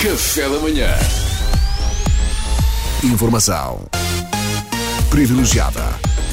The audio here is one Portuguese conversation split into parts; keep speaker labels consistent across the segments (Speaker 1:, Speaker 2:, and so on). Speaker 1: Café da manhã. Informação privilegiada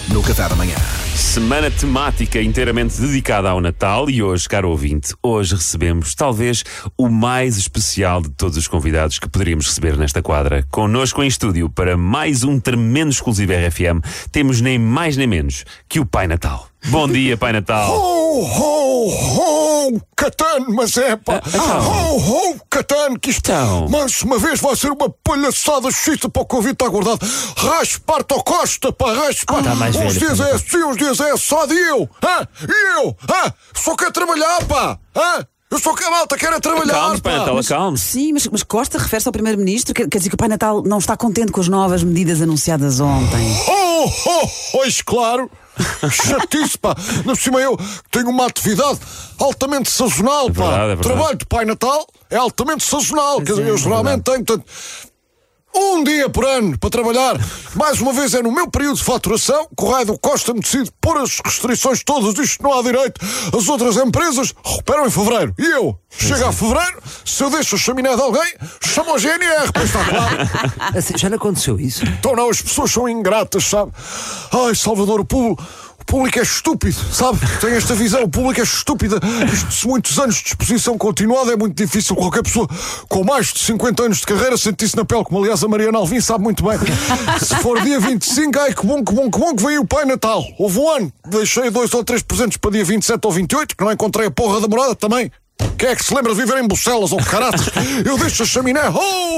Speaker 1: no Café da manhã.
Speaker 2: Semana temática inteiramente dedicada ao Natal e hoje, caro ouvinte, hoje recebemos talvez o mais especial de todos os convidados que poderíamos receber nesta quadra. Connosco em estúdio para mais um tremendo exclusivo RFM, temos nem mais nem menos que o Pai Natal. Bom dia, Pai Natal!
Speaker 3: Ho, ho, ho, Catano, mas é pá.
Speaker 2: então.
Speaker 3: Ho, ho, Catano, que isto.
Speaker 2: Então.
Speaker 3: Mas uma vez vai ser uma palhaçada chita para o convite está guardado. Raspar-te ao Costa, pá, raspar.
Speaker 4: Tá mais
Speaker 3: uns
Speaker 4: velho,
Speaker 3: dias
Speaker 4: tá
Speaker 3: é assim, uns dias é só de eu. Hã? E eu? Hã? Só quero trabalhar, pá. Hã? Eu sou que a malta, quero é trabalhar.
Speaker 2: Calme, Pai
Speaker 3: pá.
Speaker 2: Natal, calme
Speaker 5: Sim, mas, mas Costa refere-se ao Primeiro-Ministro. Quer, quer dizer que o Pai Natal não está contente com as novas medidas anunciadas ontem.
Speaker 3: Oh, oh, pois claro. Chatice, pá. Na por cima eu tenho uma atividade altamente sazonal, pá.
Speaker 2: verdade, é verdade. é
Speaker 3: Trabalho de Pai Natal é altamente sazonal. Quer dizer, eu geralmente tenho, portanto, um dia por ano para trabalhar. Mais uma vez é no meu período de faturação que o raio do Costa me decide pôr as restrições todas. Isto não há direito. As outras empresas recuperam em fevereiro. E eu? Chego
Speaker 2: é.
Speaker 3: a fevereiro, se eu deixo a chaminé de alguém, chamo ao GNR, pois está claro.
Speaker 4: Assim, já não aconteceu isso?
Speaker 3: Então não, as pessoas são ingratas, sabe? Ai, Salvador, o público, o público é estúpido, sabe? Tem esta visão, o público é estúpido. Isto, se muitos anos de exposição continuada, é muito difícil qualquer pessoa com mais de 50 anos de carreira sentir isso na pele, como aliás a Mariana Alvim sabe muito bem. Se for dia 25, ai que bom, que bom, que bom que veio o Pai Natal. Houve um ano, deixei dois ou três presentes para dia 27 ou 28, que não encontrei a porra da morada também. Quem é que se lembra de viver em Bucelas ou Caracas? Eu deixo a chaminé. Ho,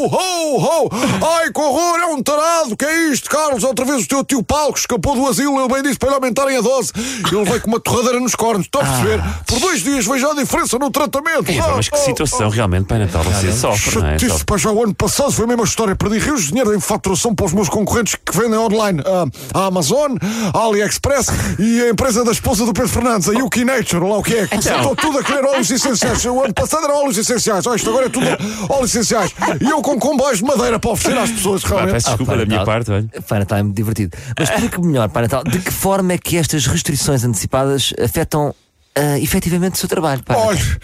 Speaker 3: ho, ho! Ai, que horror! É um tarado! Que é isto, Carlos? Outra vez o teu tio Paulo que escapou do asilo. Eu bem disse para lhe aumentarem a dose. Ele veio com uma torradeira nos cornos. Está a perceber? Por dois dias vejo a diferença no tratamento. Oh,
Speaker 2: Epá, Ah. mas que situação realmente, Pai Natal, você sofre, não é?
Speaker 3: Chatice,
Speaker 2: Sofre.
Speaker 3: pá, já o ano passado foi a mesma história. Perdi rios de dinheiro em faturação para os meus concorrentes que vendem online. Ah, A, a Amazon, a AliExpress e a empresa da esposa do Pedro Fernandes, a UK Nature, lá o que é. que
Speaker 2: Então.
Speaker 3: Estou tudo a querer óleos essenciais. O ano passado era óleos essenciais. Ah, isto agora é tudo óleos essenciais. E eu com comboios de madeira para oferecer às pessoas,
Speaker 2: Pá,
Speaker 3: realmente.
Speaker 2: Peço desculpa
Speaker 4: Pai
Speaker 2: da minha
Speaker 4: Natal.
Speaker 2: parte, olha.
Speaker 4: Pai Natal Ah, é muito divertido. Mas explique melhor, Pai Natal, de que forma é que estas restrições antecipadas afetam ah, efetivamente o seu trabalho, Pai Natal?
Speaker 3: Olha,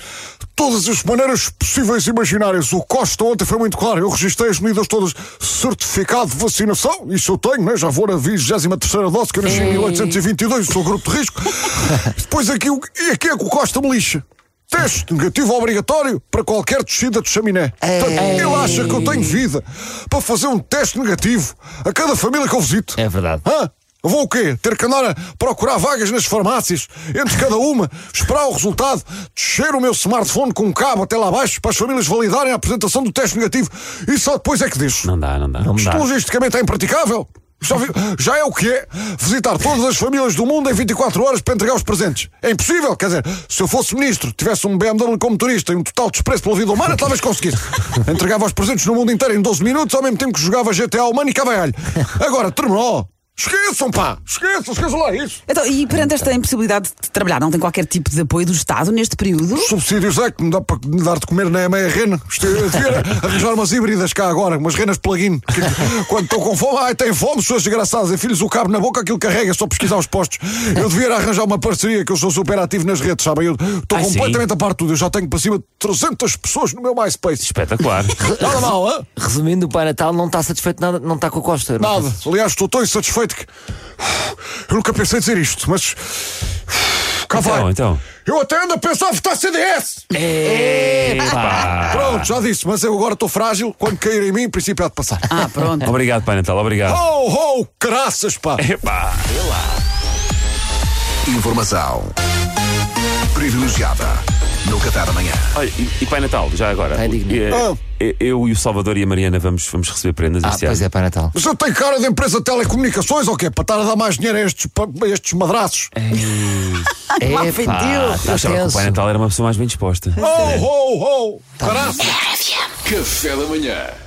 Speaker 3: todas as maneiras possíveis e imaginárias. O Costa ontem foi muito claro. Eu registrei as medidas todas. Certificado de vacinação, isso eu tenho, né? já vou na 23 dose, que eu nasci em 1822, sou grupo de risco. Depois aqui, o- e aqui é que o Costa me lixa. Teste negativo obrigatório para qualquer descida de chaminé. Portanto, ele acha que eu tenho vida para fazer um teste negativo a cada família que eu visito.
Speaker 4: É verdade.
Speaker 3: Hã? Vou o quê? Ter que andar a procurar vagas nas farmácias, entre cada uma, esperar o resultado, descer o meu smartphone com um cabo até lá abaixo para as famílias validarem a apresentação do teste negativo e só depois é que deixo.
Speaker 2: Não dá, não dá.
Speaker 4: me
Speaker 3: Isto
Speaker 4: dá.
Speaker 3: logisticamente é impraticável. Já, vi- já é o que é visitar todas as famílias do mundo em 24 horas para entregar os presentes. É impossível, quer dizer, se eu fosse ministro, tivesse um BMW como motorista e um total desprezo pela vida humana, talvez conseguisse. Entregava os presentes no mundo inteiro em 12 minutos, ao mesmo tempo que jogava GTA humano e cavalho. Agora, terminou. Esqueçam, pá! Esqueçam, esqueçam lá isso!
Speaker 5: Então, e perante esta impossibilidade de trabalhar, não tem qualquer tipo de apoio do Estado neste período?
Speaker 3: Subsídios é que me dá para me dar de comer na meia rena. Isto é- eu Devia arranjar umas híbridas cá agora, umas renas plug-in. que Quando estão com fome, ai, têm fome, suas desgraçadas. E filhos, o cabo na boca, aquilo carrega, é só pesquisar os postos. Eu devia arranjar uma parceria, que eu sou super ativo nas redes, sabem? Eu estou
Speaker 2: Ah, sim?
Speaker 3: completamente a par de tudo. Eu já tenho para cima de 300 pessoas no meu MySpace.
Speaker 2: Espetacular. Então,
Speaker 3: Nada mal, hã?
Speaker 4: Resumindo, o Pai Natal não está satisfeito nada, não está com a Costa. não
Speaker 3: Nada.
Speaker 4: está-
Speaker 3: Aliás, estou tão insatisfeito que. Eu nunca pensei dizer isto, mas. Cá vai.
Speaker 2: Então, então.
Speaker 3: Eu até ando a pensar em votar CDS! Pronto, já disse, mas eu agora estou frágil. Quando cair em mim, em princípio há de passar.
Speaker 5: Ah, pronto.
Speaker 2: Obrigado, Pai Natal, obrigado.
Speaker 3: Oh, oh, caraças, pá!
Speaker 2: Epá.
Speaker 1: Informação privilegiada no Café da manhã.
Speaker 2: Olha, e, e Pai Natal, já agora.
Speaker 4: Ai, digno.
Speaker 2: eh,
Speaker 3: Ah.
Speaker 2: eh, Eu e o Salvador e a Mariana vamos, vamos receber prendas
Speaker 4: Ah,
Speaker 2: este
Speaker 4: pois é,
Speaker 2: ano.
Speaker 4: Pai Natal.
Speaker 3: Mas eu tenho cara de empresa de telecomunicações ou quê? Para estar a dar mais dinheiro a estes, pa- a estes madraços?
Speaker 4: É, pá,
Speaker 2: Eu
Speaker 4: está
Speaker 2: achava que o
Speaker 4: tenso.
Speaker 2: Pai Natal era uma pessoa mais bem disposta.
Speaker 3: Oh, oh, oh! Caraças!
Speaker 1: Café da manhã.